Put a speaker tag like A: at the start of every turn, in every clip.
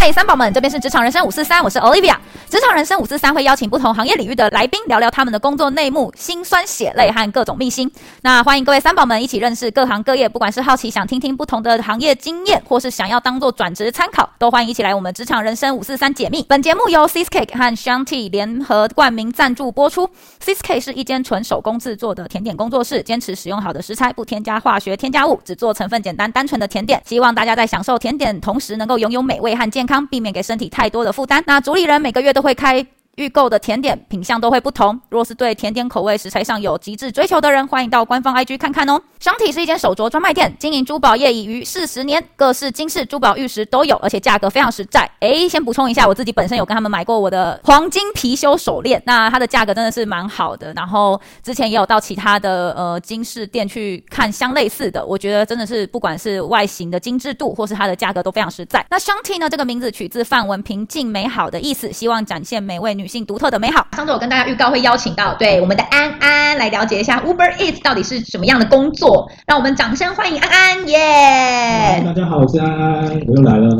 A: 嗨，三宝们，这边是职场人生五四三，我是 Olivia。职场人生五四三会邀请不同行业领域的来宾，聊聊他们的工作内幕、辛酸血泪和各种秘辛。那欢迎各位三宝们一起认识各行各业，不管是好奇想听听不同的行业经验，或是想要当做转职参考，都欢迎一起来我们职场人生五四三解密。本节目由 Ciscake 和 Shanty 联合冠名赞助播出。Ciscake 是一间纯手工制作的甜点工作室，坚持使用好的食材，不添加化学添加物，只做成分简单单纯的甜点。希望大家在享受甜点同时，能够拥有美味和健康，避免给身体太多的负担。那主理人每个月都会开。预购的甜点品相都会不同。若是对甜点口味食材上有极致追求的人，欢迎到官方 IG 看看哦。商体是一间手镯专卖店，经营珠宝业已逾四十年，各式金饰、珠宝、玉石都有，而且价格非常实在。诶，先补充一下，我自己本身有跟他们买过我的黄金貔貅手链，那它的价格真的是蛮好的。然后之前也有到其他的呃金饰店去看相类似的，我觉得真的是不管是外形的精致度，或是它的价格都非常实在。那 Shanti 呢，这个名字取自梵文“平静美好”的意思，希望展现每位女性独特的美好。上周我跟大家预告会邀请到对我们的安安来了解一下 Uber Eats 到底是什么样的工作，让我们掌声欢迎安安耶
B: 嗨大家好，我是安安，我又来了。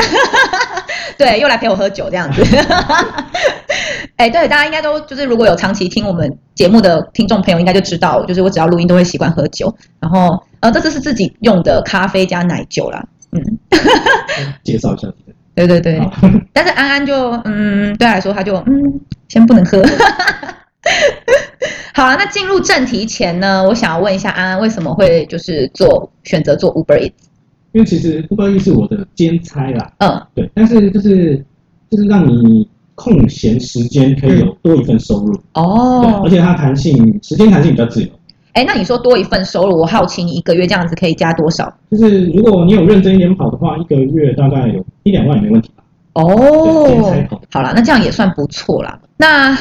A: 对，又来陪我喝酒这样子。 哎、对，大家应该都就是如果有长期听我们节目的听众朋友，应该就知道，就是我只要录音都会习惯喝酒。然后，呃，这次是自己用的咖啡加奶酒啦。嗯，
B: 介绍一下你的。
A: 对对对。
B: 好
A: 但是安安就嗯，对他来说他就嗯，先不能喝。 好啊了，那进入正题前呢，我想要问一下安安，为什么会就是做选择做 Uber Eats？
B: 因为其实 Uber Eats 是我的兼差啦，
A: 嗯
B: 对，但是就是就是让你空闲时间可以有多一份收入，对，
A: 哦
B: 而，且它弹性时间弹性比较自由。
A: 哎、那你说多一份收入，我好奇你一个月这样子可以加多少？
B: 就是如果你有认真一点跑的话，一个月大概有一两万也没问题吧。对兼差
A: 哦
B: 跑，
A: 好啦，那这样也算不错啦。那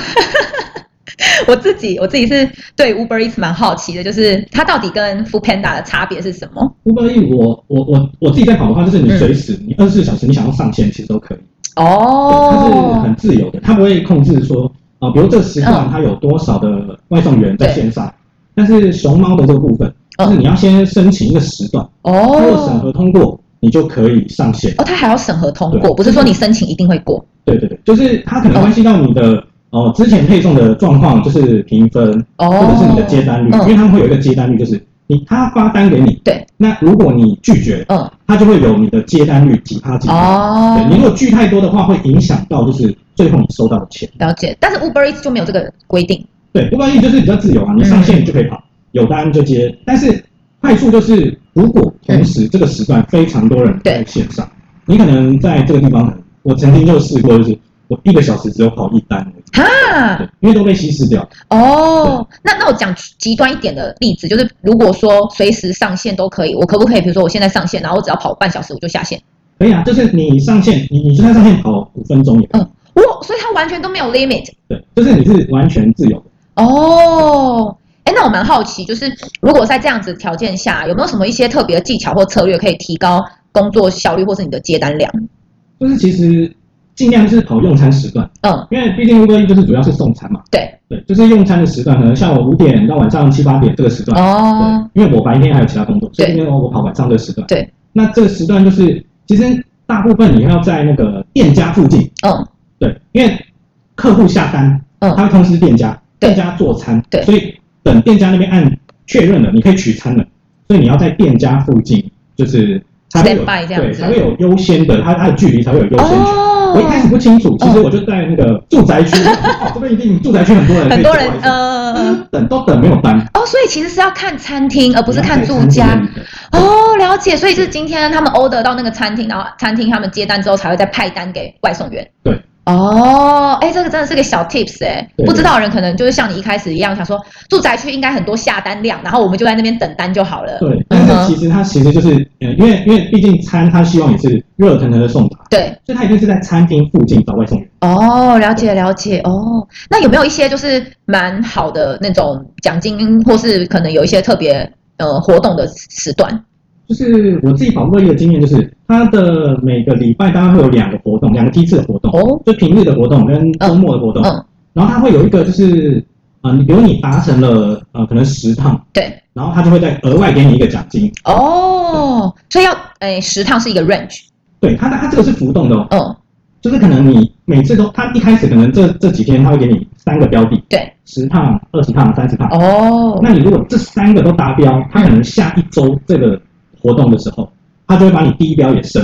A: 我自己我自己是对 Uber Eats 蛮好奇的，就是它到底跟 Food Panda 的差别是什么？
B: Uber Eats 我我我我自己在跑的话，就是你
A: 嗯
B: 随时、你二十四小时你想要上线其实都可以，对它是
A: 哦
B: 很，自由的，它不会控制说啊、比如这时
A: 嗯
B: 段它有多少的外送员在线上，但是熊猫的这个部分，
A: 嗯
B: 就是你要先申请一个时段，如果审
A: 哦，
B: 核通过，你就可以上线。
A: 哦，它还要审核通过，
B: 对
A: 不是说你申请一定会过。
B: 对对对，就是它可能关系到你的哦之前配送的状况，就是评分
A: 哦，
B: 或者是你的接单率，因为
A: 嗯
B: 他们会有一个接单率，就是你他发单给你，
A: 对，
B: 那如果你拒绝，
A: 嗯，
B: 它就会有你的接单率几趴几趴。对，你
A: 哦，
B: 如果拒太多的话，会影响到就是最后你收到的钱。
A: 了解。但是 Uber Eats 就没有这个规定。
B: 对，不关系，就是比较自由啊，你上线你就可以跑，有单就接。但是坏处就是，如果同时这个时段非常多人在线上，你可能在这个地方，我曾经就试过，就是我一个小时只有跑一单而已，
A: 哈
C: 啊
B: 对，因为都被稀释掉。
A: 哦，那那我讲极端一点的例子，就是如果说随时上线都可以，我可不可以？比如说我现在上线，然后我只要跑半小时我就下线，
B: 可以啊，就是你上线，你你就算上线跑五分钟也可以，
A: 我所以它完全都没有 limit
B: 对，就是你是完全自由的。
A: 哦。哎，那我蛮好奇，就是如果在这样子条件下，有没有什么一些特别的技巧或策略可以提高工作效率，或是你的接单量？
B: 就是其实尽量是跑用餐时段，
A: 嗯，
B: 因为毕竟 Uber Eats 就是主要是送餐嘛，
A: 对，
B: 对，就是用餐的时段，可能下午五点到晚上七八点这个时段，
A: 哦，
B: 对，因为我白天还有其他工作，所以
A: 对
B: 因为我跑晚上这个时段。
A: 对，
B: 那这个时段就是其实大部分你要在那个店家附近，
A: 嗯
B: 对，因为客户下单，他
A: 嗯，
B: 会通知店家，
A: 对
B: 店家做餐，
A: 对
B: 所以等店家那边按确认了，你可以取餐了，所以你要在店家附近，就是才会有
A: Standby 这样
B: 对，
A: 子
B: 才会有优先的，它它的距离才会有优先权。我一开始
A: 哦，
B: 不清楚，其实我就在那个住宅区，哦，这边一定住宅区很多人可以
A: 很
B: 做
A: 多
B: 外
A: 人
B: 送，
A: 呃，
B: 等都等没有单，
A: 哦，所以其实是要看餐厅，而不是看住
B: 然
A: 家
B: 后。在餐厅那里等
A: 哦，了解，所以是今天他们 order 到那个餐厅，然后餐厅他们接单之后才会再派单给外送员。
B: 对。
A: 哦，哎，这个真的是个小 tips 哎、
B: 对
A: 不知道的人可能就是像你一开始一样，想说住宅区应该很多下单量，然后我们就在那边等单就好了。
B: 对，
A: 嗯
B: 但是
A: 哼
B: 其实它其实就是，呃，因为因为毕竟餐他希望也是热腾腾的送达，
A: 对，
B: 所以他一定是在餐厅附近找外送员。
A: 哦，了解了解，哦，那有没有一些就是蛮好的那种奖金，或是可能有一些特别呃活动的时段？
B: 就是我自己跑过一个经验，就是它的每个礼拜大概会有两个活动，两个梯次的活动，
A: 哦，
B: 就平日的活动跟周末的活动。
A: 嗯，
B: 然后它会有一个就是，呃，你比如你达成了呃可能十趟，
A: 对，
B: 然后它就会再额外给你一个奖金。
A: 哦，所以要哎十趟是一个 range，
B: 对，它它这个是浮动的哦。
A: 嗯，
B: 就是可能你每次都，他一开始可能这这几天他会给你三个标的，
C: 对，
B: 十趟、二十趟、三十趟。
C: 哦，
B: 那你如果这三个都达标，他可能下一周这个活动的时候，他就会把你第一标也升。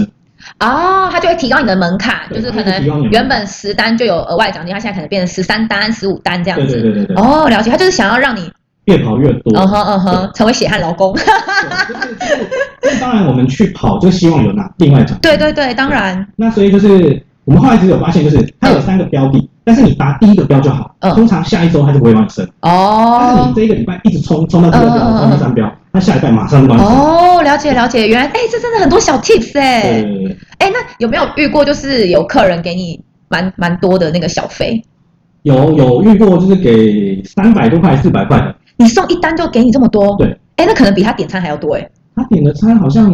C: 哦，它就会提高你的门槛，就
B: 对
C: 是可
B: 它会提高你的
C: 能
B: 门槛
C: 原本十单就有额外奖金，它现在可能变成十三单、十五单这样
B: 对对
C: 子。
B: 对对对，
C: 哦，了解，它就是想要让你，
B: 越跑越多。
C: 嗯哼嗯哼，成为血汗 劳工。
B: 对就是就是就是当然我们去跑就希望有拿另外奖。
C: 对对对，当然，
B: 那所以就是我们后来只有发现，就是它有三个标的，但是你达第一个标就好，
C: 嗯
B: 通常下一周它就不会帮你升。但是你
C: 哦
B: 这一个礼拜一直冲冲到第二标，
C: 嗯嗯嗯嗯
B: 冲到第三标，那下一拜马上就帮你升。
C: 哦，了解了解，原来，哎，这真的很多小 tips
B: 对
C: 哎，
B: 对对对，
C: 哎，那有没有遇过就是有客人给你蛮蛮多的那个小费，
B: 有有遇过就是给三百多块、四百块的，
C: 你送一单就给你这么多？
B: 对，
C: 哎，那可能比他点餐还要多哎。
B: 他点的餐好像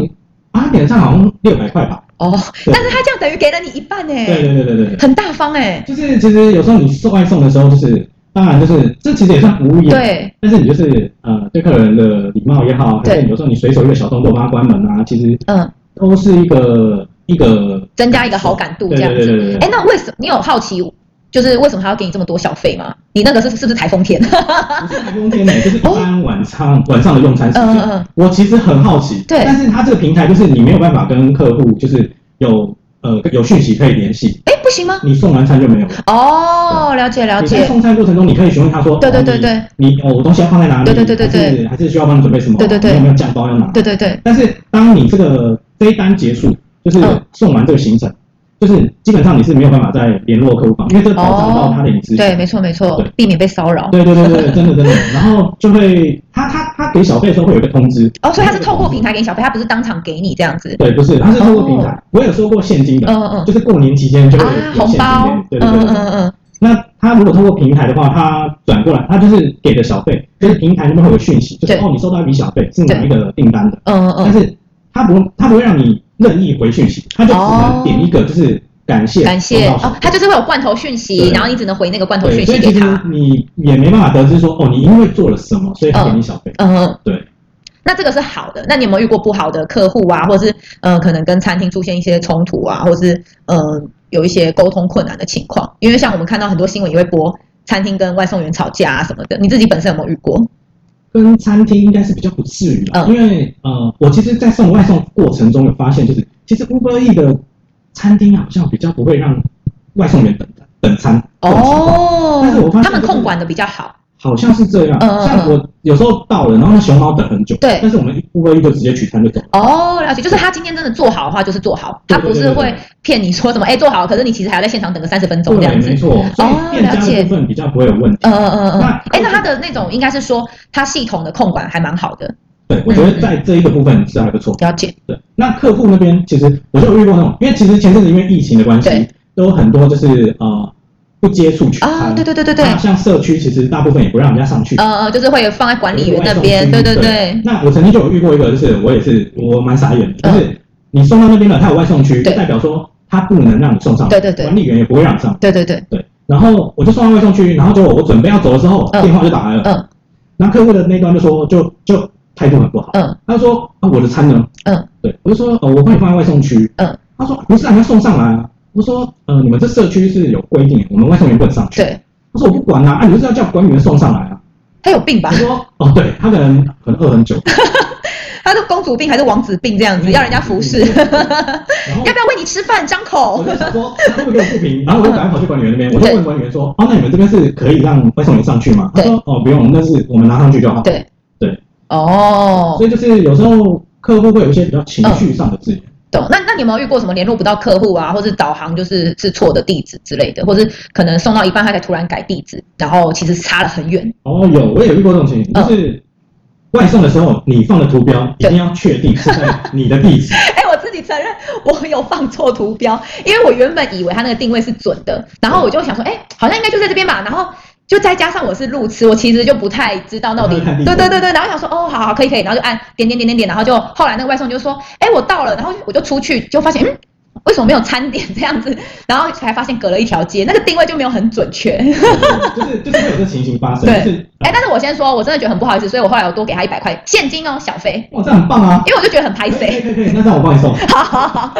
B: 啊，他点的餐好像六百块吧？
C: 哦，
B: 对
C: 但是他这样等于给了你一半哎，
B: 对对对对对对。
C: 很大方哎，
B: 就是其实有时候你送外送的时候，就是当然就是这其实也算服务业，。
C: 对，
B: 但是你就是呃对客人的礼貌也好，
C: 对
B: 还是有时候你随手一个小动作帮他关门啊，其实
C: 嗯，
B: 都是一个一个
C: 增加一个好感度
B: 对
C: 这样
B: 对对
C: 子。
B: 对对
C: 哎
B: 对。，
C: 那为什么你有好奇，就是为什么他要给你这么多小费吗？你那个是是不是台 风天？
B: 不是台风天 呢，就是一般晚上晚上的用餐时
C: 哎嗯嗯
B: 间，
C: 嗯，
B: 我其实很好奇，
C: 对
B: 但是它这个平台就是你没有办法跟客户就是有呃有讯息可以联系，
C: 哎，不行吗？
B: 你送完餐就没有了。
C: 哦，了解了
B: 你在
C: 解，
B: 送餐过程中，你可以询问他说，
C: 对对
B: 哦
C: 对
B: 你
C: 对
B: 你哦，我东西要放在哪里？
C: 对对对对对
B: 还是还是需要帮你准备什么？
C: 对对对
B: 你有没有酱包要拿？
C: 对对对，
B: 但是当你这个这一单结束，就是
C: 嗯
B: 送完这个行程，就是基本上你是没有办法再联络客户方，因为这保障到他的隐私
C: 哦对，
B: 权。
C: 没错没错
B: 对，
C: 避免被骚扰。
B: 对对对 对，真的真的。然后就会他他他给小费的时候会有一个通知。
C: 哦，所以他是透过平台给你小费，他不是当场给你这样子。
B: 对，不是，他是透过平台。我有收过现金的，
C: 哦嗯嗯
B: 就是过年期间就
C: 嗯，
B: 会有
C: 啊，
B: 现
C: 红
B: 金给
C: 包
B: 你。对，对
C: 嗯
B: 对对。
C: 嗯嗯，
B: 那他如果通过平台的话，他转过来，他就是给的小费，就是平台那边会有讯息，就是
C: 对
B: 哦，你收到一笔小费是哪一个订单的，
C: 嗯
B: 但
C: 嗯
B: 是他不他不会让你任意回讯息，他就只
C: 哦
B: 能点一个就是感谢
C: 嗯，感谢
B: 收到小
C: 哦
B: 费，
C: 他就是会有罐头讯息，
B: 对
C: 然后你只能回那个罐头
B: 对，
C: 讯
B: 所
C: 息
B: 以其
C: 给
B: 实
C: 他。
B: 你也没办法得知说哦，你因为做了什么，所以他给你小费。
C: 嗯，嗯
B: 对，
C: 那这个是好的。那你有没有遇过不好的客户啊，或者是呃，可能跟餐厅出现一些冲突啊，或是呃有一些沟通困难的情况？因为像我们看到很多新闻也会播餐厅跟外送员吵架啊什么的，你自己本身有没有遇过？
B: 跟餐厅应该是比较不至于啦，
C: 嗯
B: 因为呃，我其实，在送外送过程中有发现，就是其实 Uber E 的餐厅好像比较不会让外送员等等餐这种情况但是我发现
C: 哦他们
B: 就是
C: 控管的比较好。
B: 好像是这样，
C: 嗯嗯嗯
B: 像我有时候到了，然后那熊猫等很久，
C: 对
B: 但是我们一乌龟就直接取餐就走了。
C: 哦，了解，就是他今天真的做好的话，就是做好，他
B: 对
C: 不
B: 对对
C: 是
B: 对
C: 会
B: 对
C: 骗你说什么，哎，做好，可是你其实还要在现场等个三十分钟这
B: 对，
C: 样子
B: 没。错，所
C: 哦
B: 以店家
C: 了解
B: 的部分比较不会有问题。
C: 嗯嗯嗯嗯
B: 那，
C: 哎，那他的那种应该是说他系统的控管还蛮好的，
B: 对，我觉
C: 嗯
B: 得在这一个部分是还不错。
C: 了解，
B: 对，那客户那边其实我就有遇过那种，因为其实前阵子因为疫情的关
C: 对
B: 系，都有很多就是呃不接触取
C: 啊，
B: 餐，
C: 对对对对对，
B: 那像社区其实大部分也不让人家上去。
C: 呃，就是会放在管理员那边，
B: 有
C: 对
B: 一个
C: 对
B: 外送区
C: 对，
B: 那我曾经就有遇过一个，就是我也是我蛮傻眼的，就是你送到那边了，他有外送区，
C: 嗯对
B: 代表说他不能让你送上，
C: 对对对
B: 管理员也不会让你上。
C: 对对对，
B: 对，然后我就送到外送区，然后就我准备要走的时候，
C: 嗯
B: 电话就打来了。
C: 嗯
B: 然后客户的那端就说，就就态度很不好。
C: 嗯
B: 他说啊，我的餐呢？
C: 嗯
B: 对，我就说呃，我帮你放在外送区。
C: 嗯，
B: 他说不是啊，你要送上来啊。我说呃，你们这社区是有规定，我们外送员不能上去。
C: 对，
B: 他说我不管啊，啊，你就是要叫管理员送上来啊。
C: 他有 病吧
B: 我？说哦，对他可能可能饿很久，
C: 他是公主病还是王子病这样子，
B: 没有
C: 要人家服侍？
B: 没有
C: 要
B: 然后
C: 不 要喂你吃饭？张
B: 我
C: 口
B: 就想说他会不会给我不平，然后我就赶快跑去管理员那边，我就问管理员说哦，那你们这边是可以让外送员上去吗？他说哦，不用，那是我们拿上去就好。
C: 对
B: 对
C: 哦
B: 所，以就是有时候客户会有一些比较情绪上的字眼。
C: 懂。那那你有没有遇过什么联络不到客户啊，或是导航就是是错的地址之类的，或是可能送到一半他才突然改地址，然后其实差了很远？
B: 哦，有，我也遇过这种情形，
C: 嗯
B: 就是外送的时候，你放的图标一
C: 对
B: 定要确定是在你的地 址。
C: 哎、我自己承认我有放错图标，因为我原本以为它那个定位是准的，然后我就想说，哎、好像应该就在这边吧，然后就再加上我是路痴，我其实就不太知道到
B: 不
C: 底
B: 太，看地
C: 对
B: 图
C: 对对对，然后想说，哦，好好可以可以，然后就按点点点点点，然后就后来那个外送就说，哎、我到了，然后我就出去就发现，嗯。为什么没有餐点这样子？然后才发现隔了一条街，那个定位就没有很准确。
B: 就是就是会有这情形发生。
C: 对
B: 就是
C: 哎、但是我先说，我真的觉得很不好意思，所以我后来我多给他一百块现金哦，小费，
B: 哇，这很棒啊！
C: 因为我就觉得很拍
B: 可以
C: 谁。
B: 可以可以，那让我帮你送。
C: 好好好，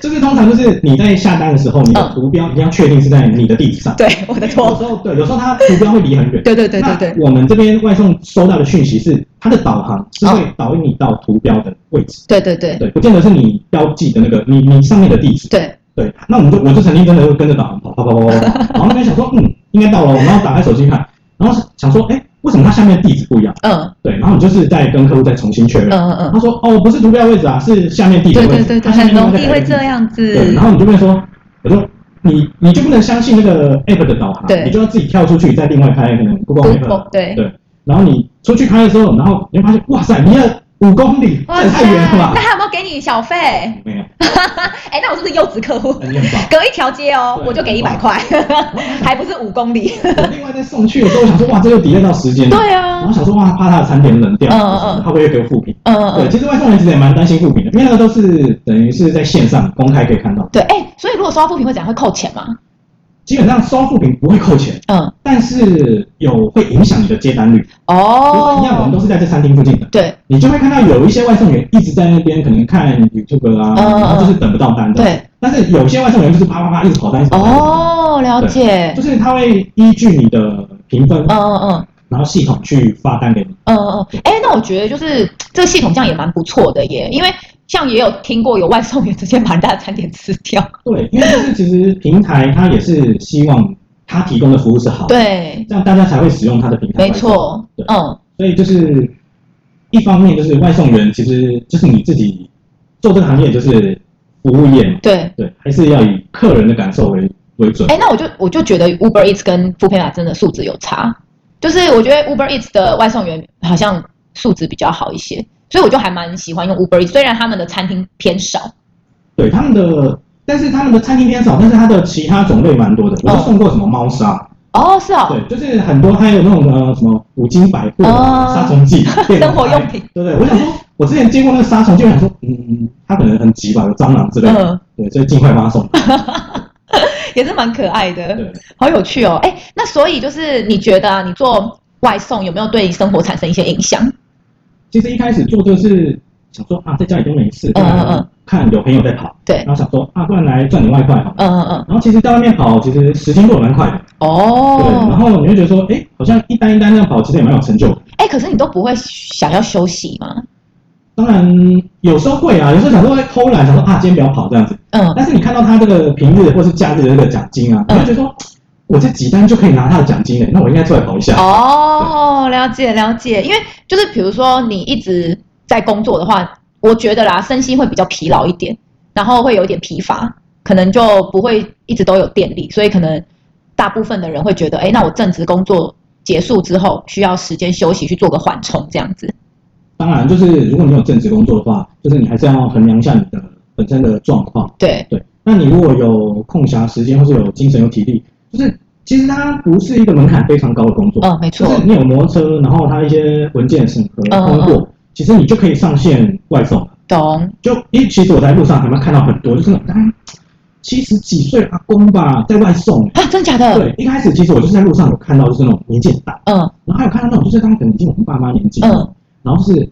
B: 就是通常就是你在下单的时候，你的
C: 嗯
B: 图标一定要确定是在你的地址上。
C: 对，我的
B: 有
C: 错。
B: 时候对，有时候它图标会离很远。
C: 对对对对对，哦
B: 那我们这边外送收到的讯息是，它的导航是会导引你到图标的位置，
C: 对对对
B: 对，不见得是你标记的那个你你上面的地址。
C: 对，
B: 对，那我们就我就曾经真的会跟着导航跑跑跑跑跑 跑，然后那边想说，嗯，应该到了，然后打开手机看，然后想说，哎，为什么它下面的地址不一样？
C: 嗯
B: 对，然后你就是在跟客户再重新确
C: 嗯
B: 认。
C: 嗯嗯，
B: 他说，哦，不是图标位置啊，是下面地址
C: 对
B: 位置。
C: 对对对，
B: 它下面地
C: 很
B: 址
C: 容
B: 在
C: 易
B: 改
C: 会
B: 地址
C: 这样
B: 对，
C: 子
B: 然。后你就会说，我说你你就不能相信那个 app 的导航，
C: 对
B: 你就要自己跳出去，再另外开可能 Google
C: Google，
B: Map，
C: 对
B: 对，然后你出去开的时候，然后你会发现，哇塞，你要五公里，这
C: 哇
B: 也太
C: 塞，
B: 远了
C: 那
B: 吧？
C: 他有没有给你小费？
B: 没有，
C: 哎、那我是不是优质客户？
B: 那你很棒。
C: 隔一条街哦，
B: 对
C: 我就给一百块，还不是五公里。
B: 我另外在送去的时候，我想说，哇，这又 delay 到时间了。
C: 对
B: 然
C: 啊，
B: 后想说，哇，怕他的餐点冷掉，
C: 嗯嗯嗯
B: 他会不会给我复评？
C: 嗯嗯
B: 对，
C: 嗯，
B: 其实外送人其实也蛮担心复评的，因为那个都是等于是在线上公开可以看到，
C: 对，哎、所以如果收到负评会怎样？会扣钱吗？
B: 基本上收复评不会扣钱，
C: 嗯，
B: 但是有会影响你的接单率。就是一样，我们
C: 哦
B: 都，是在这餐厅附近的，
C: 对
B: 你就会看到有一些外送员一直在那边可能看 YouTube 啊，
C: 嗯嗯嗯
B: 然后就是等不到单的。
C: 对，
B: 但是有些外送员就是啪啪啪一直跑单，一直跑单，
C: 哦，了解
B: 就，是他会依据你的评分
C: 嗯，嗯嗯。
B: 然后系统去发单给你。
C: 嗯嗯，嗯，哎，那我觉得就是这个系统这样也蛮不错的耶，因为像也有听过有外送员直接把人家的餐点吃掉，
B: 对，因为就是其实平台它也是希望它提供的服务是好的，
C: 对，
B: 这样大家才会使用它的平台。
C: 没，错
B: 对，
C: 嗯，
B: 所以就是一方面就是外送员其实就是你自己做这个行业就是服务业嘛，
C: 对，
B: 对，还是要以客人的感受为为准。
C: 哎，那我就我就觉得 Uber Eats 跟 f o o p a n d a 真的素质有差，就是我觉得 Uber Eats 的外送员好像素质比较好一些，所以我就还蛮喜欢用 Uber Eats，虽然他们的餐厅偏少，
B: 对他们的，但是他们的餐厅偏少，但是它的其他种类蛮多的。我
C: 哦
B: 送过什么猫砂，
C: 哦，是哦，
B: 对，就是很多，还有那种呃什么五金百货、啊
C: 哦
B: 杀虫 剂、电脑
C: 生活用品，
B: 对不对？我想说，我之前接过那个杀虫剂，我想说，嗯，它可能很急吧，有蟑螂之类的，
C: 嗯，
B: 对，所以尽快把它 送。
C: 也是蛮可爱的，
B: 对，
C: 好有趣哦，哎，那所以就是你觉得啊，你做外送有没有对你生活产生一些影响？
B: 其实一开始做就是想说啊，在家里都没事，
C: 嗯嗯嗯
B: 看有朋友在跑，
C: 对
B: 然，后想说啊，不然来赚点外快好了。
C: 嗯嗯嗯，
B: 然后其实在外面跑，其实时间过得蛮快的，对。然
C: 哦，
B: 后你会觉得说，哎，好像一单一单这样跑，其实也蛮有成就感。
C: 哎，可是你都不会想要休息吗？
B: 当然有时候会啊，有时候想说会偷懒，想说啊今天不要跑这样子。
C: 嗯，
B: 但是你看到他这个平日或是假日的这个奖金啊，你
C: 嗯
B: 就觉得说，我这几单就可以拿他的奖金了，那我应该出来跑一下。
C: 哦，了解了解，因为就是比如说你一直在工作的话，我觉得啦，身心会比较疲劳一点，然后会有一点疲乏，可能就不会一直都有电力，所以可能大部分的人会觉得，哎，那我正职工作结束之后需要时间休息去做个缓冲，这样子。
B: 当然，就是如果你有正职工作的话，就是你还是要衡量一下你的本身的状况。
C: 对，
B: 对，那你如果有空暇时间，或是有精神有体力，就是其实它不是一个门槛非常高的工作，
C: 嗯，没
B: 就
C: 错，
B: 是你有摩托车，然后它一些文件审核
C: 嗯
B: 通过，其实你就可以上线外送。
C: 懂，
B: 就因为其实我在路上还能看到很多，就是那种大概七十几岁的阿公吧，在外送。
C: 啊，真假的？
B: 对，一开始其实我就是在路上有看到，就是那种年纪很大，
C: 嗯
B: 然后还有看到那种就是他可能已经我们爸妈年纪，
C: 嗯，
B: 然后是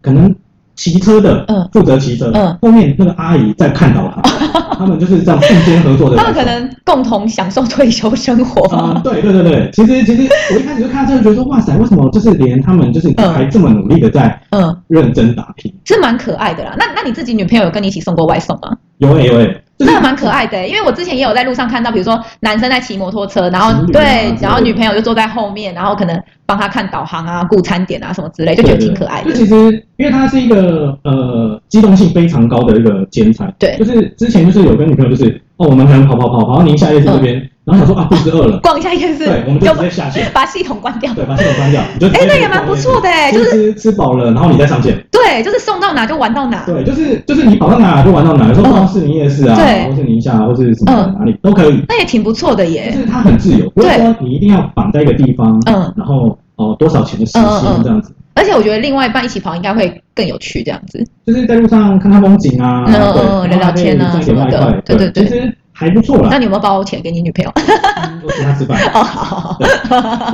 B: 可能骑车的，
C: 嗯
B: 负责骑车，
C: 嗯
B: 后面那个阿姨在看到他， 他们就是这样并肩合作的。
C: 他们可能共同享受退休生
B: 啊、
C: 活。
B: 对对对对，其实其实我一开始就看到这个，觉得说哇塞，为什么就是连他们就是
C: 嗯
B: 还这么努力的在
C: 嗯，
B: 认真打拼？
C: 是蛮可爱的啦。那那你自己女朋友有跟你一起送过外送吗？
B: 有哎、有哎、就是
C: 那还蛮可爱的欸、因为我之前也有在路上看到，比如说男生在骑摩托车，然后
B: 情侣啊之类
C: 对
B: 的，
C: 然后女朋友就坐在后面，然后可能帮他看导航啊、顾餐点啊什么之类，就觉得挺可爱
B: 就
C: 的。
B: 其实，因为它是一个呃机动性非常高的一个兼差。
C: 对
B: 就是之前就是有跟女朋友就是哦，我们可能跑跑跑跑到宁夏夜市这边，然后想说啊肚子饿了，
C: 逛一下夜市
B: 对，我们，就
C: 嗯
B: 直
C: 就
B: 接下 线，
C: 把系统关掉。
B: 对，把系统关掉，你就直接
C: 哎，那
B: 去
C: 也蛮
B: 逛
C: 不
B: 夜市
C: 错的欸，就
B: 吃
C: 是
B: 吃吃饱了，然后你再上线。
C: 对，就是送到哪就玩到哪。
B: 对，就是就是你跑到哪就玩到哪，有时候
C: 嗯
B: 跑到士林夜市啊，
C: 对
B: 或是宁夏啊，或是什么
C: 嗯
B: 哪里都可以，
C: 那也挺不错的
B: 就
C: 耶。
B: 是它很自由，不是
C: 对
B: 说你一定要绑在一个地方，
C: 嗯
B: 然后哦多少钱的时
C: 嗯嗯
B: 薪
C: 嗯
B: 这样子。
C: 而且我觉得另外一半一起跑应该会更有趣，这样子。
B: 就是在路上看看风景啊，
C: 嗯
B: 对
C: 嗯
B: 然后
C: 聊聊
B: 还可以
C: 天啊
B: 赚一
C: 什
B: 点
C: 么
B: 外
C: 的
B: 快，
C: 对对对
B: 其实还不错
C: 那
B: 啦，
C: 你有没有包钱给你女朋友？
B: 我请他吃饭，
C: 哦，好好好，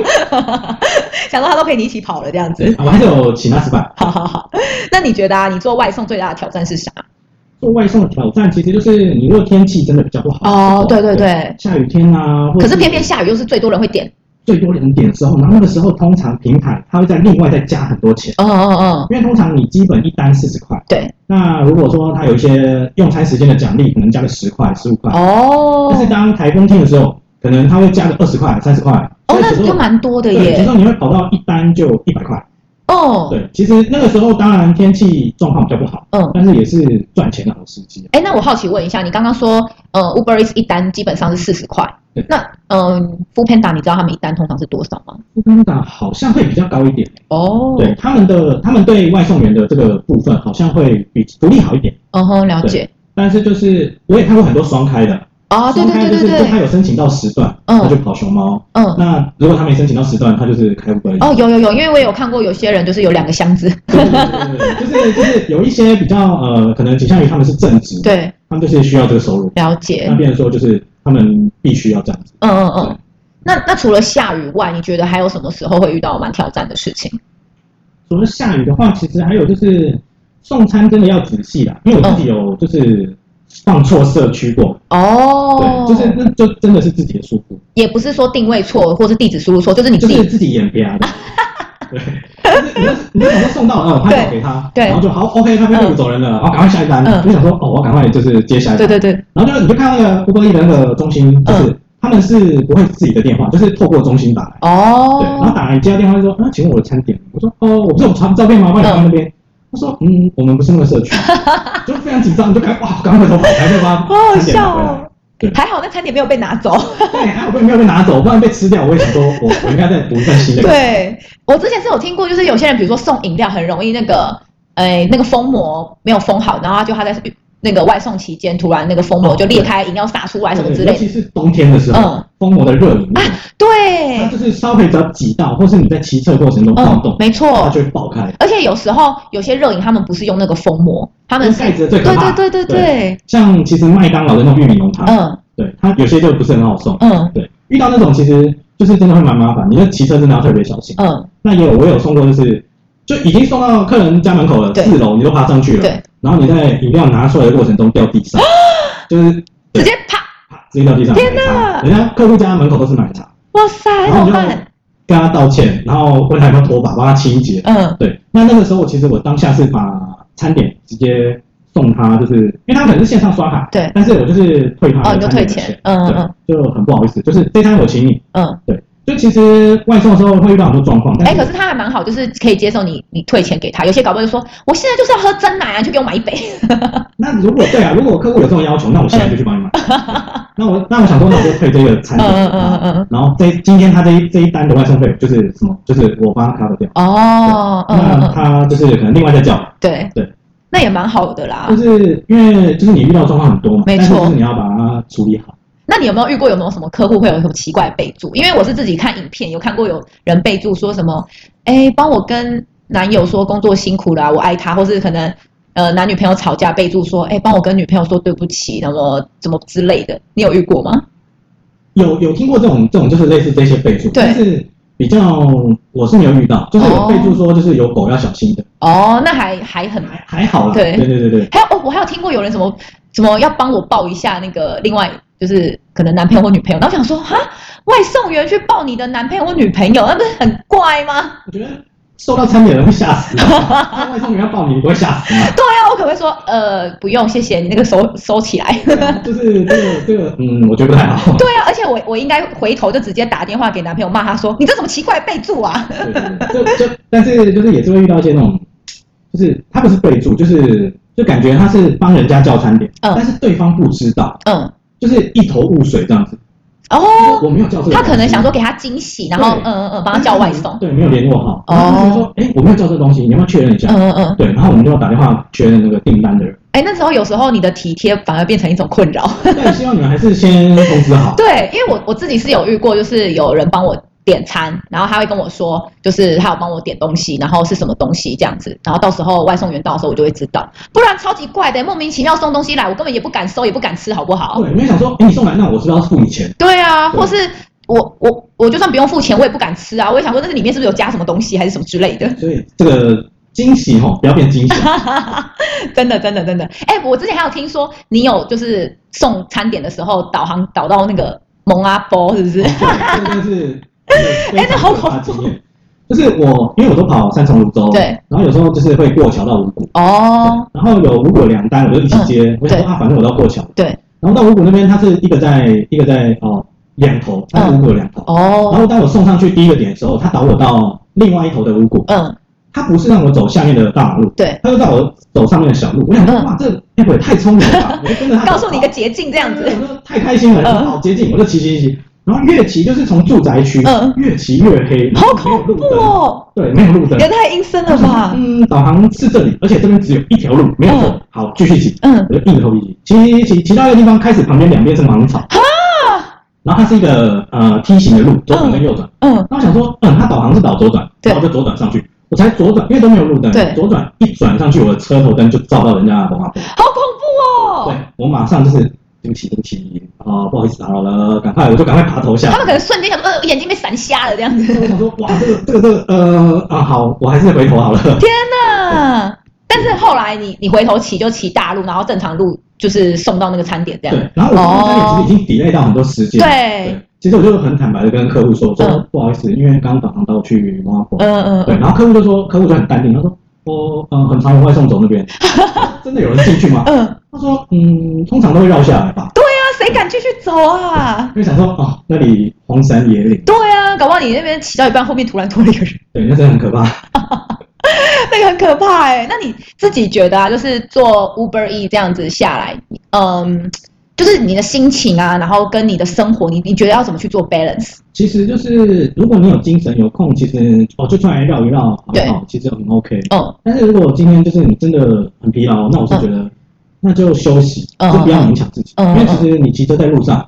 C: 想说她都陪你一起跑了这样子。
B: 啊我还是有请他吃饭。
C: 好好好，那你觉得啊，你做外送最大的挑战是啥？
B: 做外送的挑战其实就是，你如果天气真的比较不好的时候
C: 哦，对对，对，
B: 下雨天啊，或者
C: 可是偏偏下雨又是最多人会点。
B: 最多人点的时候，然后那个时候通常平台它会再另外再加很多钱，
C: 哦哦哦，
B: 因为通常你基本一单四十块，
C: 对，
B: 那如果说它有一些用餐时间的奖励，可能加个十块、十五块，
C: 哦
B: 但是当台风天的时候，可能它会加个二十块、三十块，
C: 哦，
B: 所以
C: 那
B: 有时
C: 就
B: 候
C: 蛮多的
B: 对，有时
C: 耶。
B: 候你会跑到一单就一百块。
C: 哦，
B: 对，其实那个时候当然天气状况比较不好，
C: 嗯，
B: 但是也是赚钱的好时机啊。
C: 哎，那我好奇问一下，你刚刚说，呃，Uber Eats 一单基本上是四十块
B: 对，
C: 那嗯，Food Panda 你知道他们一单通常是多少吗？
B: 乌干达好像会比较高一点，
C: 哦，
B: 对，他们的他们对外送员的这个部分好像会比福利好一点，
C: 嗯哼，了解。
B: 但是就是我也看过很多双开的，
C: 哦，对
B: 双
C: 对
B: 开就
C: 对
B: 是
C: 对
B: 他
C: 对，
B: 有申请到时段，
C: 嗯
B: 他就跑熊猫，
C: 嗯，
B: 那如果他没申请到时段，他就是开乌龟。
C: 哦，有有有，因为我有看过有些人就是有两个箱子，
B: 对对对对对，就是就是有一些比较呃，可能倾向于他们是正职，，
C: 对，
B: 他们就是需要这个收入，
C: 了
B: 那
C: 解，
B: 变成说就是他们必须要这样子。
C: 嗯嗯嗯
B: 对。
C: 那那除了下雨外，你觉得还有什么时候会遇到蛮挑战的事情？
B: 除了下雨的话，其实还有就是送餐真的要仔细啦，因为我自己有就是放错社区过，
C: 哦，
B: 对，就是那就真的是自己的疏忽，
C: 也不是说定位错或是地址输入错，就是你
B: 就
C: 自己、
B: 是自己眼瞎的。对，就是你就你就想说送到了，哦，拍照给他，
C: 对对
B: 然后就好，OK，他背
C: 嗯
B: 部走人了，然后赶快下一单，
C: 嗯
B: 就想说哦，我赶快就是接下一
C: 对
B: 单，
C: 对对，
B: 然后就你就看到那个 Uber 的那个中心，就是他们是不会自己的电话，就是透过中心打来。对，然后
C: 哦，
B: 打来接到电话就说，啊，请问我的餐点？我说，哦，我不是我传照片吗？帮你放在那边。他说，嗯，我们不是那个社区，就非常紧张，你就赶快哇，赶快回头跑，赶快把
C: 好好
B: 餐点拿
C: 笑
B: 回来
C: 哦。
B: 对
C: 还好那餐点没有被拿走。
B: 对，还好被没有被拿走，不然被吃掉。我也想说，我我应该再读一份新的。，
C: 对我之前是有听过，就是有些人比如说送饮料很容易那个，哎，那个封膜没有封好，然后他就他在那个外送期间突然那个封膜
B: 哦
C: 就裂开，饮料洒出来什么之
B: 尤
C: 类的。
B: 其是冬天的时候，
C: 嗯，
B: 疯魔的热饮料，
C: 对
B: 它，就是稍微只要挤到，或是你在骑车过程中晃
C: 嗯
B: 动，，
C: 没
B: 它
C: 错。
B: 就会爆开。
C: 而且有时候有些热饮他们不是用那个封膜，他们
B: 那
C: 是
B: 盖子最
C: 嗯对
B: 可怕。
C: 对对对对，
B: 像其实麦当劳的那种玉米浓汤，
C: 嗯
B: 对它有些就不是很好送。
C: 嗯
B: 对，遇到那种其实就是真的会蛮麻烦，你就骑车真的要特别小心。
C: 嗯，
B: 那也有我有送过，就是就已经送到客人家门口了，
C: 对
B: 四楼你都爬上去了，
C: 对，
B: 然后你在饮料拿出来的过程中掉地上，就是
C: 直接啪，
B: 啪直接掉地上。
C: 天哪
B: 哪！人家客户家门口都是奶茶，
C: 哇塞，
B: 然
C: 怎
B: 后你
C: 么
B: 就
C: 办？
B: 跟他道歉，然后问他有没有拖把，帮他清洁。
C: 嗯
B: 对，那那个时候其实我当下是把餐点直接送他，就是因为他可能是线上刷卡，
C: 对，
B: 但是我就是退他
C: 哦，
B: 的
C: 你就
B: 餐
C: 退
B: 点的
C: 钱
B: 钱，，
C: 嗯嗯嗯
B: 对，就很不好意思，就是这餐我请你。
C: 嗯，
B: 就其实外送的时候会遇到很多状况，但
C: 哎，可是他还蛮好，就是可以接受你你退钱给他，有些搞不好就说我现在就是要喝真奶啊，你去给我买一杯，
B: 那如果对啊，如果客户有这种要求，那我现在就去 帮你买。那我那我想说，那我就退这个餐
C: 嗯
B: 点。啊
C: 嗯嗯嗯嗯，
B: 然后这今天他这一这一单的外送费就是什么？就是我帮他 cover 掉。
C: 哦，嗯嗯
B: 那
C: 嗯，
B: 他就是可能另外再叫，
C: 对
B: 对，
C: 那也蛮好的啦
B: 就。是因为就是你遇到的状况很多嘛，
C: 没
B: 但
C: 错
B: 是就是你要把它处理好。
C: 那你有没有遇过有没有什么客户会有什么奇怪的备注？因为我是自己看影片，有看过有人备注说什么，哎，帮我跟男友说工作辛苦啦、我爱他，或是可能呃男女朋友吵架备注说，哎，帮我跟女朋友说对不起，那么怎么之类的，你有遇过吗？
B: 有有听过这种这种就是类似这些备注，
C: 对
B: 但是比较我是没有遇到，就是有备注说就是有狗要小心的，
C: 哦，那还还很，
B: 还还好啦。
C: 对
B: 对对对对。
C: 还有哦，我还有听过有人什么什么要帮我抱一下那个另外就是可能男朋友或女朋友，然后想说哈，外送员去抱你的男朋友或女朋友，那不是很怪吗？
B: 我觉得收到餐点的人会吓死 吧，那外送员要抱你，你不会吓死吗？
C: 对啊，我可不可以说呃不用，谢谢你那个收收起来。
B: 就是这个这个，嗯，我觉得不太好。
C: 对啊，而且我我应该回头就直接打电话给男朋友骂他说：“你这什么奇怪的备注啊
B: 对，对对就就但是就是也是会遇到一些那种，就是他不是备注，就是就感觉他是帮人家叫餐点，
C: 嗯
B: 但是对方不知道，？”
C: 嗯，
B: 就是一头雾水这样子。
C: 哦，
B: 我没有叫这个东西，
C: 他可能想说给他惊喜，然后
B: 对
C: 嗯嗯嗯帮他叫 外送，
B: 对，没有联络好，
C: 哦
B: 然后他就说，哎，我没有叫这个东西，你要不要确认一下哦
C: 嗯？嗯嗯。
B: 对，然后我们就要打电话确认那个订单的 人。
C: 哎，那时候有时候你的体贴反而变成一种困扰。
B: 但希望你们还是先通知好。
C: 对，因为我我自己是有遇过，就是有人帮我点餐，然后他会跟我说，就是他有帮我点东西，然后是什么东西这样子，然后到时候外送员到的时候我就会知道，不然超级怪的，莫名其妙送东西来，我根本也不敢收，也不敢吃，好不好？
B: 对，因为想说，哎，你送来，那我是不是要付你钱？
C: 对啊，
B: 对
C: 或是我我我就算不用付钱，我也不敢吃啊，我也想说，那是里面是不是有加什么东西还是什么之类的？
B: 所以这个惊喜哈，不要变惊喜。
C: 真的，真的，真的。哎、我之前还有听说你有就是送餐点的时候导航导到那个蒙阿波，是不是？
B: 这个是，哎
C: 哎这好恐怖！
B: 就是我，因为我都跑三重泸州，
C: 对，
B: 然后有时候就是会过桥到五股，
C: 哦，嗯
B: 然后有五股的两单，我就一起接。我想说
C: 对
B: 啊，反正我都要过桥，
C: 对，
B: 然后到五股那边，它是一个在一个在哦两头，它是五股的两头。然
C: 哦，
B: 后当我送上去第一个点的时候，它导我到另外一头的五股，
C: 嗯，
B: 它不是让我走下面的大马路，
C: 对，
B: 它就让我走上面的小路。我想说
C: 嗯
B: 哇，这 app 也太聪明了 吧！我就跟着它走
C: 告诉你一个捷径，这样子。
B: 哎我说太开心了，
C: 嗯
B: 好接近，我就骑骑骑，然后越骑就是从住宅区
C: 嗯
B: 越骑越黑，然
C: 好
B: 后没有
C: 恐
B: 路
C: 怖
B: 灯，
C: 哦！
B: 对，没有路灯
C: 也。太阴森了吧？
B: 嗯，导航是这里，而且这边只有一条路，没有走
C: 嗯。
B: 好，继续骑，
C: 嗯，
B: 我就硬着头皮骑，骑骑骑骑到一个地方，开始旁边两边是芒草，然后它是一个呃梯形的路，左转跟右转。
C: 啊嗯，
B: 那我想说，嗯，它导航是导左转，
C: 对
B: 然后我就左转上去。我才左转，因为都没有路灯
C: 对，
B: 左转一转上去，我的车头灯就照到人家的黄花坡。
C: 好恐怖
B: 对
C: 哦！，
B: 我马上就是对不起，对不起，啊、不好意思打扰了，赶快，我就赶快爬头下
C: 他们可
B: 来。
C: 能瞬间想说，呃，眼睛被闪瞎了这样子。
B: 我想说，哇，这个这个这个，呃啊，好，我还是回头好了。
C: 天哪！ 但是后来你你回头骑就骑大路，然后正常路就是送到那个餐点这样。
B: 对，然后我刚才也是
C: 哦
B: 已经 delay 到很多时间。
C: 对，
B: 其实我就很坦白的跟客户说，我说、
C: 哎嗯
B: 不好意思，因为刚刚导航到去挖矿。
C: 嗯嗯
B: 对，
C: 嗯，
B: 然后客户就说，客户就很淡定，他说，我嗯、呃很常有外送走那 边，真的有人进去吗？
C: 嗯，
B: 他说，嗯，通常都会绕下来吧，
C: 那谁敢继续走啊？
B: 因为想说哦，那里荒山野岭，
C: 对啊，搞不好你那边骑到一半，后面突然多了一个人，
B: 对，那真的很可怕。
C: 那个很可怕哎、那你自己觉得啊，就是做 Uber E 这样子下来，嗯，就是你的心情啊，然后跟你的生活，你你觉得要怎么去做 balance？
B: 其实就是，如果你有精神有空，其实哦就出来绕一绕跑一跑，其实很 OK。
C: 嗯，
B: 但是如果今天就是你真的很疲劳，那我是觉得、那就休息，
C: 嗯
B: 就不要勉强自己，
C: 嗯嗯
B: 因为其实你骑车在路上，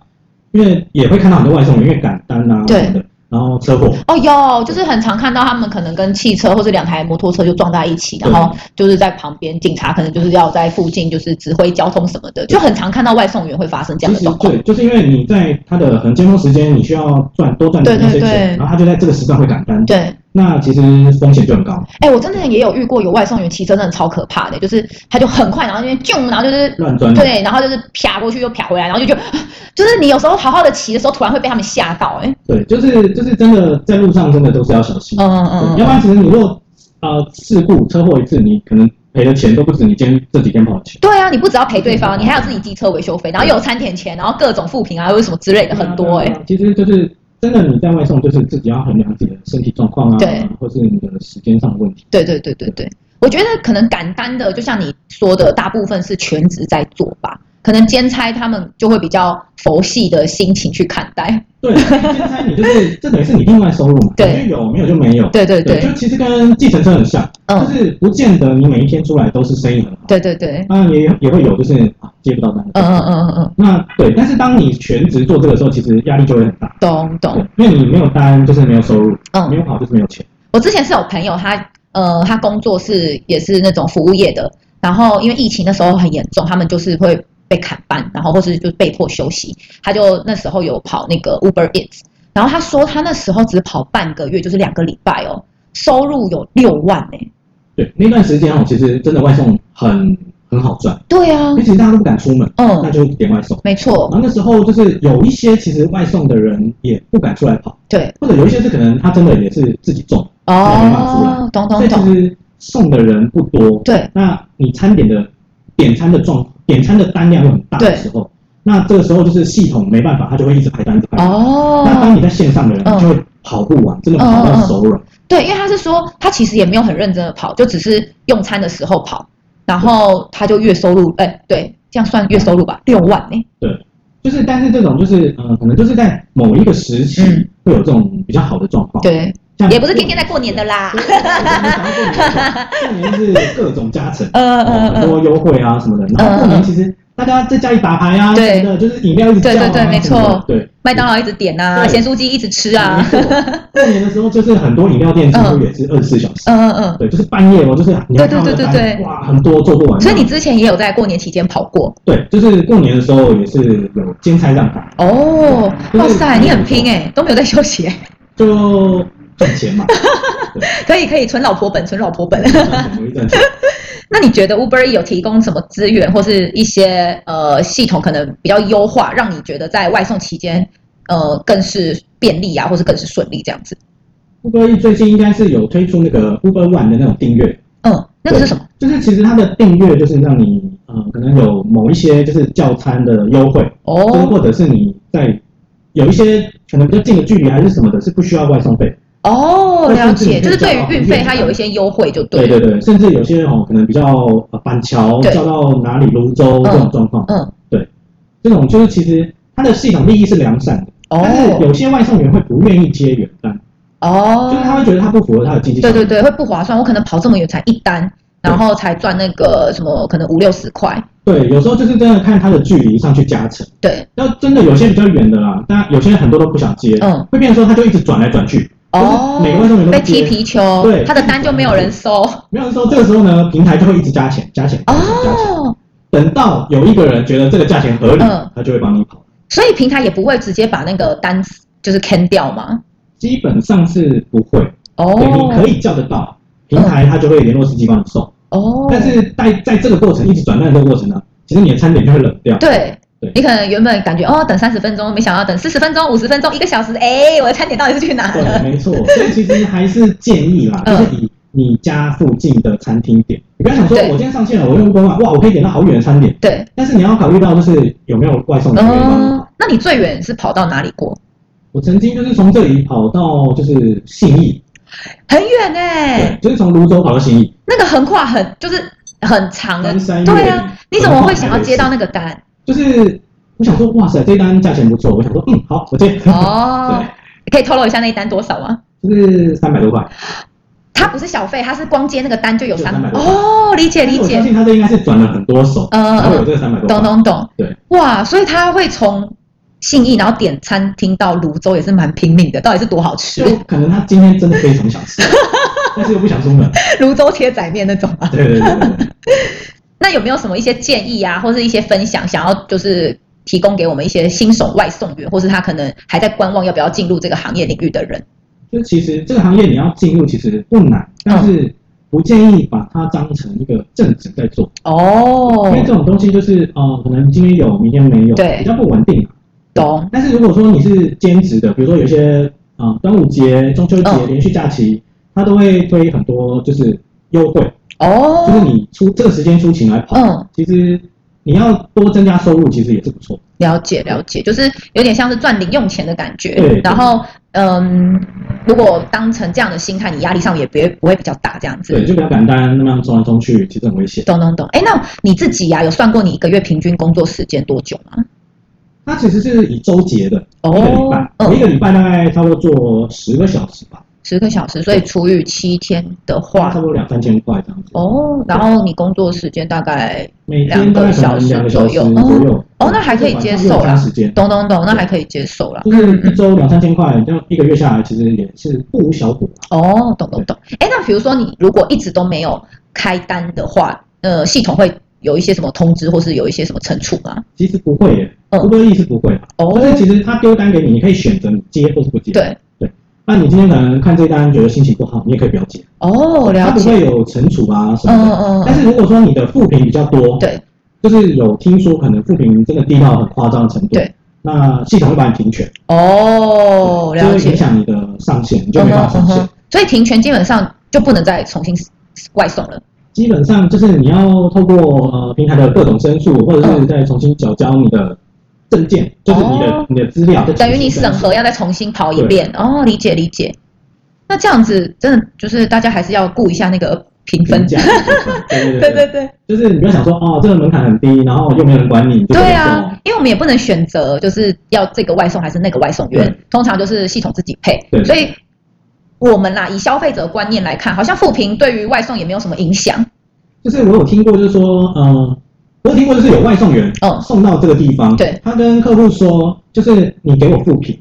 B: 因为也会看到很多外送员因为赶单啊
C: 对
B: 什么的，然后车祸。
C: 哦，有，就是很常看到他们可能跟汽车或者两台摩托车就撞在一起，然后就是在旁边，警察可能就是要在附近就是指挥交通什么的，就很常看到外送员会发生这
B: 其
C: 样的
B: 实
C: 状况。
B: 对，就是因为你在他的很尖峰时间，你需要赚多赚
C: 对
B: 点那
C: 对
B: 些
C: 对
B: 钱，然后他就在这个时段会赶单，
C: 对，
B: 那其实风险就很高，
C: 哎、我真的也有遇过有外送员骑车真的超可怕的，就是他就很快，然后那边啾，然后就是
B: 乱钻。
C: 对，然后就是啪过去又啪回来，然后就就 就是你有时候好好的骑的时候，突然会被他们吓到、哎，
B: 对，就是就是真的在路上真的都是要小心。
C: 嗯
B: 对
C: 嗯
B: 要不
C: 嗯，
B: 然其实你如果呃事故车祸一次，你可能赔的钱都不止你今天这几天跑的钱。
C: 对啊，你不只要赔对方，你还有自己机车维修费，然后又有餐点钱，然后各种负评啊，或者什么之类的很多、哎，
B: 啊其实就是真的你在外送，就是自己要衡量自己的身体状况啊，
C: 对，
B: 或是你的时间上的问题。
C: 对对对对对，我觉得可能敢单的，就像你说的，大部分是全职在做吧。可能兼差他们就会比较佛系的心情去看待，
B: 对，兼差你就是 这等于是你另外收入嘛，
C: 对
B: 有就有没有就没有。
C: 对对对，
B: 就其实跟计程车很像，就
C: 嗯，
B: 是不见得你每一天出来都是生意很好，
C: 对对对，
B: 当然也也会有就是啊接不到单的。
C: 嗯嗯嗯嗯嗯，
B: 那对，但是当你全职做这个时候，其实压力就会很大。
C: 懂懂，
B: 对，因为你没有单就是没有收入，
C: 嗯
B: 没有跑就是没有钱。
C: 我之前是有朋友他，呃，他工作是也是那种服务业的，然后因为疫情那时候很严重，他们就是会被砍班，然后或是就被迫休息。他就那时候有跑那个 Uber Eats，然后他说他那时候只跑半个月，就是两个礼拜哦，收入有六万欸呢、
B: 对，那段时间哦，其实真的外送很很好赚，
C: 对啊
B: 因为，其实大家都不敢出门，那
C: 嗯，
B: 就点外送。
C: 没
B: 然
C: 错，
B: 后那时候就是有一些其实外送的人也不敢出来跑，
C: 对，
B: 或者有一些是可能他真的也是自己种，没办法出
C: 哦
B: 来，
C: 懂
B: 所
C: 懂
B: 以其
C: 懂，
B: 实送的人不多。
C: 对，
B: 那你餐点的点餐的状点餐的单量又很大的时候，那这个时候就是系统没办法，它就会一直排单，一直排单。那当
C: 哦，
B: 你在线上的人
C: 嗯
B: 就会跑不完，真的跑
C: 嗯嗯
B: 到
C: 嗯
B: 手软。
C: 对，因为他是说他其实也没有很认真的跑，就只是用餐的时候跑，然后他就月收入，哎，对，这样算月收入吧，六万呢、
B: 就是，但是这种就是，呃，可能就是在某一个时期
C: 嗯
B: 会有这种比较好的状况。，
C: 对，
B: 嗯
C: 也不是天天在过年的啦
B: 对。对对对对过年是各种加成，
C: 呃
B: 哦很
C: 呃
B: 嗯多优惠啊什么的。然后过年其实大家在家里打牌啊，
C: 嗯对
B: 什么的，就是饮料一直叫啊，
C: 对对对
B: 什么的
C: 没错
B: 对。
C: 麦当劳一直点啊，
B: 对
C: 咸酥鸡一直吃啊，
B: 没错过年的时候就是很多饮料店几乎也是二十四小时，
C: 嗯嗯嗯。
B: 对，就是半夜哦，就是你要
C: 对对
B: 看
C: 对对
B: 到
C: 对
B: 单哇，很多做不完。啊
C: 嗯所以你之前也有在过年期间跑过
B: 对，就是过年的时候也是有兼差让开，
C: 哦，
B: 对
C: 哇塞，
B: 对
C: 你很拼哎、都没有在休息、欸，
B: 就赚钱 嘛，
C: 可以可以存老婆本，存老婆本。
B: 赚钱容易赚钱。
C: 那你觉得 Uber E 有提供什么资源或是一些呃系统可能比较优化，让你觉得在外送期间呃更是便利啊，或是更是顺利这样子？
B: Uber E 最近应该是有推出那个 Uber One 的那种订阅，
C: 嗯，那个是什么？
B: 就是其实它的订阅就是让你呃可能有某一些就是叫餐的优惠，就是
C: 哦
B: 或者是你在有一些可能比较近的距离还是什么的，是不需要外送费。
C: 哦，了解，就
B: 就是是
C: 对
B: 对
C: 于
B: 于
C: 运
B: 运
C: 费
B: 费
C: 它有一些优惠，就对
B: 对
C: 了。
B: 对对，甚至有些哦可能比较呃板桥
C: 对
B: 叫到哪里泸州这种状况，
C: 嗯，
B: 这种就是其实它的系统利益是良善的，但是
C: 哦
B: 有些外送员会不愿意接远单，就是他
C: 哦，
B: 会觉得他不符合他的经济效
C: 对
B: 益。
C: 对对，会不划算。我可能跑这么远才一单，然后才赚那个什么，可能五六十块。
B: 对，有时候就是真的看他的距离上去加成。
C: 对，
B: 那真的有些比较远的啦，但有些很多都不想接，
C: 嗯，
B: 会变成说他就一直转来转去，
C: 哦，
B: 每个外送员都
C: 被
B: 接
C: 踢皮球
B: 对，
C: 他的单就没有人收。
B: 没有说这个时候呢，平台就会一直加钱加钱加钱加钱，
C: 哦，
B: 等到有一个人觉得这个价钱合理，
C: 嗯
B: 他就会帮你跑。
C: 所以平台也不会直接把那个单子就是 can 掉吗？
B: 基本上是不会，
C: 哦，
B: 对，你可以叫得到，平台它就会联络司机帮你送。
C: 哦，
B: 但是在在这个过程一直转单的这个过程呢，其实你的餐点就会冷掉。
C: 对
B: 对。
C: 你可能原本感觉哦，等三十分钟，没想到等四十分钟、五十分钟、一个小时，哎，我的餐点到底是去哪
B: 对，
C: 了？
B: 没错。所以其实还是建议啦，
C: 嗯
B: 就是以你家附近的餐厅点，你不要想说
C: 对
B: 我今天上线了，我用 Uber One，哇，我可以点到好远的餐点。
C: 对，
B: 但是你要考虑到就是有没有外送的员帮你
C: 哦
B: 跑。，
C: 那你最远是跑到哪里过？
B: 我曾经就是从这里跑到就是信义，
C: 很远哎、
B: 对，就是从泸州跑到信义，
C: 那个横跨很就是很长的
B: 翻，山越岭
C: 对啊，你怎么会想要接到那个单？
B: 就是我想说，哇塞，这单价钱不错，我想说，嗯，好，我接。
C: 哦，可以透露一下那一单多少吗？
B: 对，就是三百多块。
C: 它不是小费，它是光接那个单就有
B: 就
C: 三
B: 300多
C: 哦，理解理
B: 我
C: 解
B: 相，信他这应该是转了很多手，
C: 嗯
B: 才会有这三百多块。
C: 懂懂懂，
B: 对，
C: 哇，所以他会从信义然后点餐厅到泸州也是蛮拼命的，到底是多好吃？
B: 就可能他今天真的非常想吃，但是又不想出门。
C: 泸州切仔面那种 啊？
B: 对对对对对。
C: 那有没有什么一些建议啊，或是一些分享，想要就是提供给我们一些新手外送员，或是他可能还在观望要不要进入这个行业领域的人？
B: 就其实这个行业你要进入其实不难，但是不建议把它当成一个正职在做，
C: 哦
B: 因为这种东西就是呃，可能今天有，明天没有，
C: 对
B: 比较不稳定。
C: 懂，
B: 但是如果说你是兼职的，比如说有些呃端午节、中秋节
C: 嗯
B: 连续假期，它都会推很多就是优惠，
C: 哦，
B: 就是你出这个时间出勤来跑，
C: 嗯，
B: 其实你要多增加收入，其实也是不错。
C: 了解了解，就是有点像是赚零用钱的感觉。
B: 对对
C: 然后，嗯，如果当成这样的心态，你压力上也别不会比较大这样子。
B: 对，就不要敢单那么样冲来冲去，其实很危险。
C: 懂懂懂。哎，那你自己呀、有算过你一个月平均工作时间多久吗？
B: 它其实是以周结的，
C: 哦
B: 一个礼拜，
C: 嗯
B: 我一个礼拜大概差不多做十个小时吧，
C: 十个小时，所以除以七天的
B: 差
C: 话
B: 不，多两三千块这样子。
C: 哦，然后你工作时间大概，
B: 每天大概可能两个小时
C: 两个小时
B: 左右。
C: 哦，那还可以接受啦
B: 啦。时间
C: 懂懂懂，那还可以接受啦。
B: 就是啊一周两三千块，这样一个月下来，其实也是不无小补啊啦。
C: 哦，懂懂懂。哎，那比如说你如果一直都没有开单的话，呃，系统会有一些什么通知，或是有一些什么惩处吗？
B: 其实不会耶，
C: 嗯
B: 不过意是不会啦。
C: 哦，
B: 就是其实他丢单给你，你可以选择你接或是不接。，
C: 对，
B: 那你今天可能看这单觉得心情不好，你也可以不要接。
C: 哦，
B: 他
C: 了
B: 不
C: 解，
B: 会有惩处啊什么
C: 嗯
B: 的。
C: 嗯
B: 但
C: 嗯，
B: 是如果说你的负评比较多，
C: 对，
B: 就是有听说可能负评真的低到很夸张的程度，
C: 对，
B: 那系统会把你停权，
C: 哦，
B: 就
C: 了
B: 会
C: 解
B: 影，响你的上线，你就没办法上
C: 嗯哼
B: 线。
C: 嗯哼所以停权基本上就不能再重新外送了。
B: 基本上就是你要透过呃平台的各种申诉，或者是再重新缴交你的证件，就是你的、
C: 哦
B: 你的资料，再
C: 等于
B: 重
C: 你
B: 新
C: 审
B: 申诉
C: 核要再重新跑一遍。哦，理解理解。那这样子真的就是大家还是要顾一下那个评分
B: 评。价。对对对
C: 对
B: 对
C: 对对
B: 就是你不要想说哦，这个门槛很低，然后又没人管你，就
C: 对啊，因为我们也不能选择就是要这个外送还是那个外送员
B: 对，
C: 通常就是系统自己配。
B: 对
C: 所以我们啦，以消费者观念来看，好像负评对于外送也没有什么影响。
B: 就是我有听过，就是说呃，我有听过就是有外送员
C: 嗯
B: 送到这个地方，
C: 对，
B: 他跟客户说，就是你给我负评，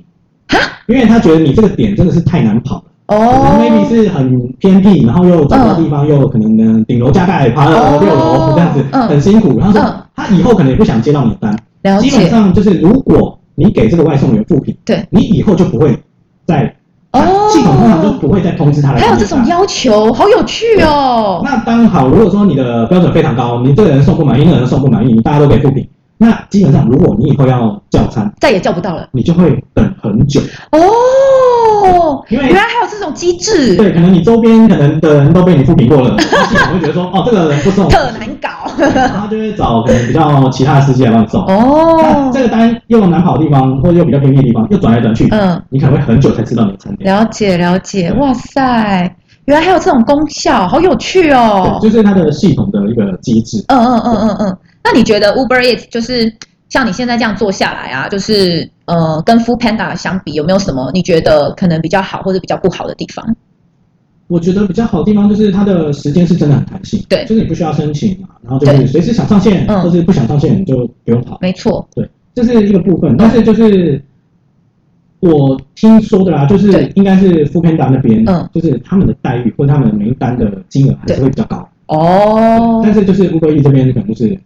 C: 哈，
B: 因为他觉得你这个点真的是太难跑了，可能 maybe
C: 哦，
B: 是很偏僻，然后又找不到地方，又可能呢顶楼加盖爬了
C: 嗯哦
B: 六楼这样子，
C: 嗯
B: 很辛苦。然后说
C: 嗯
B: 他以后可能也不想接到你的单，
C: 了
B: 基本
C: 解，
B: 上就是如果你给这个外送员负评，
C: 对，
B: 你以后就不会再
C: 哦
B: 啊系统通常就不会再通知他来。
C: 还有这种。要求，好有趣哦。
B: 那当然好，如果说你的标准非常高，你这个人送不满意，那个人送不满意，你大家都给负评，那基本上如果你以后要叫餐，
C: 再也叫不到了
B: 你就会等很久，
C: 哦，
B: 因为
C: 原来还有这种机制，
B: 对，可能你周边可能的人都被你负评过了，那系统会觉得说，哦，这个人不 送，
C: 特难搞
B: 然后就会找可能比较其他的司机来帮你送。那
C: 哦
B: 这。个当然又难跑的地方，或者又比较偏僻的地方，又转来转去，
C: 嗯，
B: 你可能会很久才吃到你的餐点。
C: 了解了解，哇塞，原来还有这种功效，好有趣哦
B: 对，。就是它的系统的一个机制。
C: 嗯嗯嗯嗯嗯。那你觉得 Uber Eats 就是像你现在这样做下来啊，就是呃，跟 Food Panda 相比，有没有什么你觉得可能比较好或者比较不好的地方？
B: 我觉得比较好的地方就是它的时间是真的很弹性，
C: 对
B: 就是你不需要申请啊，然后就
C: 对
B: 是随时想上线
C: 嗯
B: 或是不想上线你就不用跑，
C: 没错，
B: 这是一个部分。但是就是我听说的啦，就是
C: 对
B: 应该是 f o o Panda 那边，
C: 嗯
B: 就是他们的待遇或他们每一单的金额还是会比较高，
C: 哦
B: 但，是就是 Uber E 这边可能就是。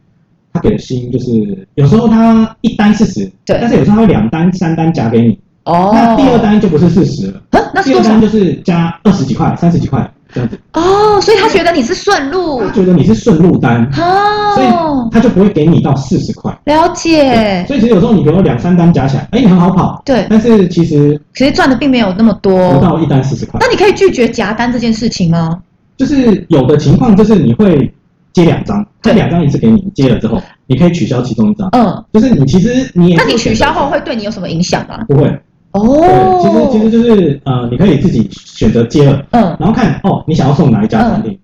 B: 他给的薪就是有时候他一单四十，
C: 对
B: 但是有时候他会两单、三单夹给你，
C: 哦，
B: 那第二单就不是四十了，
C: 啊，那是
B: 第二
C: 多少
B: 单？就是加二十几块、三十几块这样子。
C: 哦，所以他觉得你是顺路
B: 他觉得你是顺路单，所以
C: 哦，
B: 他就不会给你到四十块。
C: 了解，
B: 所以其实有时候你比如说两三单加起来，哎，你很好跑，
C: 对，
B: 但是其实
C: 其实赚的并没有那么
B: 不
C: 多。
B: 到一单四十块
C: 那。你可以拒绝夹单这件事情吗？
B: 就是有的情况就是你会接两张，他
C: 对
B: 两张一次给你，你接了之后，你可以取消其中一张。
C: 嗯，
B: 就是你其实你也
C: 那你取消后会对你有什么影响吗？
B: 不会？
C: 哦，
B: 对，其实其实就是呃，你可以自己选择接了，
C: 嗯，
B: 然后看哦，你想要送哪一家餐厅。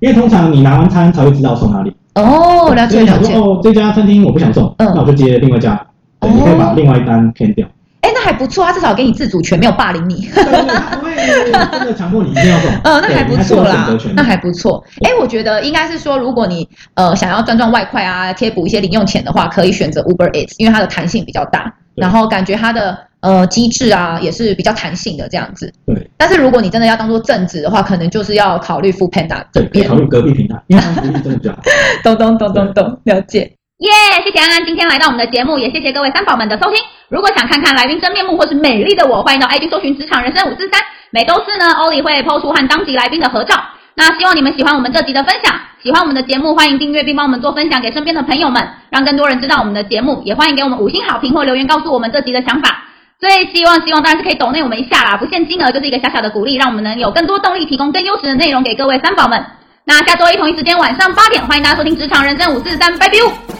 B: 因为通常你拿完餐才会知道送哪里。
C: 哦，了
B: 所以
C: 解
B: 你
C: 了
B: 想
C: 解
B: 说。哦，这家餐厅我不想送，
C: 嗯
B: 那我就接另外一家。对，你可以把
C: 哦
B: 另外一单 can 掉。
C: 哎，那还不错啊，至少给你自主权，没有霸凌你。
B: 对对他不会真的强迫你一定要送。
C: 呃，那
B: 对
C: 还
B: 你
C: 不
B: 还是有
C: 错
B: 选
C: 啦
B: 择权，的
C: 那还不错。哎，我觉得应该是说，如果你呃想要赚赚外快啊，贴补一些零用钱的话，可以选择 Uber Eats，因为它的弹性比较大，
B: 对
C: 然后感觉它的呃机制啊也是比较弹性的这样子。
B: 对
C: 但是如果你真的要当做正职的话，可能就是要考虑 Food Panda 这
B: 对，可以
C: 边
B: 考。虑隔壁平台，因为他们福利真的比较好。
C: 懂懂懂懂懂，了解。
A: 耶谢谢安安今天来到我们的节目，也谢谢各位三宝们的收听。如果想看看来宾真面目或是美丽的我，欢迎到 IG 搜寻“职场人生五四三”。每周四呢，欧里会 PO 出和当集来宾的合照。那希望你们喜欢我们这集的分享，喜欢我们的节目，欢迎订阅并帮我们做分享给身边的朋友们，让更多人知道我们的节目。也欢迎给我们五星好评或留言，告诉我们这集的想法。最希望希望当然是可以抖内我们一下啦，不限金额，就是一个小小的鼓励，让我们能有更多动力提供更优质的内容给各位三宝们。那下周一同一时间晚上八点，欢迎大家收听《职场人生五四三》，拜拜哦。